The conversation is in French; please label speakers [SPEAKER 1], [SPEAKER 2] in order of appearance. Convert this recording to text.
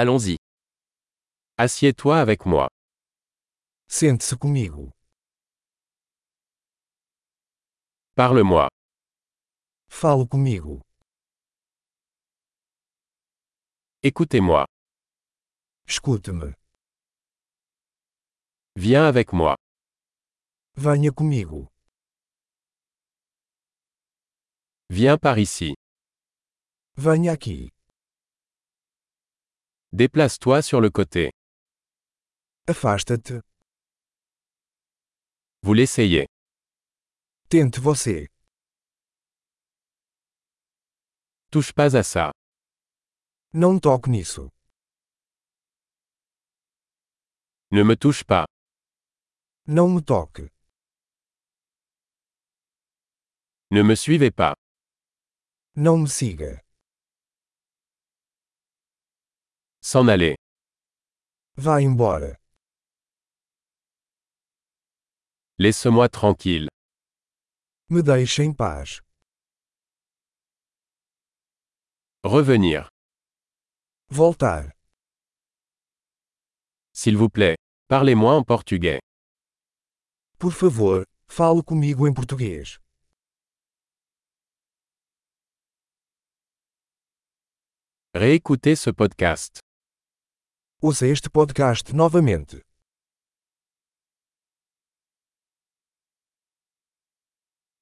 [SPEAKER 1] Allons-y. Assieds-toi avec moi.
[SPEAKER 2] Sente-se comigo.
[SPEAKER 1] Parle-moi.
[SPEAKER 2] Fale comigo.
[SPEAKER 1] Écoutez-moi.
[SPEAKER 2] Escute-me.
[SPEAKER 1] Viens avec moi.
[SPEAKER 2] Venha comigo.
[SPEAKER 1] Viens par ici.
[SPEAKER 2] Venha aqui.
[SPEAKER 1] Déplace-toi sur le côté.
[SPEAKER 2] Afasta-te.
[SPEAKER 1] Vous l'essayez.
[SPEAKER 2] Tente você.
[SPEAKER 1] Touche pas à ça.
[SPEAKER 2] Não toque nisso.
[SPEAKER 1] Ne me touche pas.
[SPEAKER 2] Não me toque.
[SPEAKER 1] Ne me suivez pas.
[SPEAKER 2] Não me siga.
[SPEAKER 1] S'en aller.
[SPEAKER 2] Vá embora.
[SPEAKER 1] Laisse-moi tranquille.
[SPEAKER 2] Me deixe em paz.
[SPEAKER 1] Revenir.
[SPEAKER 2] Voltar.
[SPEAKER 1] S'il vous plaît. Parlez-moi en portugais.
[SPEAKER 2] Por favor, fale comigo em português.
[SPEAKER 1] Réécoutez ce podcast.
[SPEAKER 2] Ouça este podcast novamente.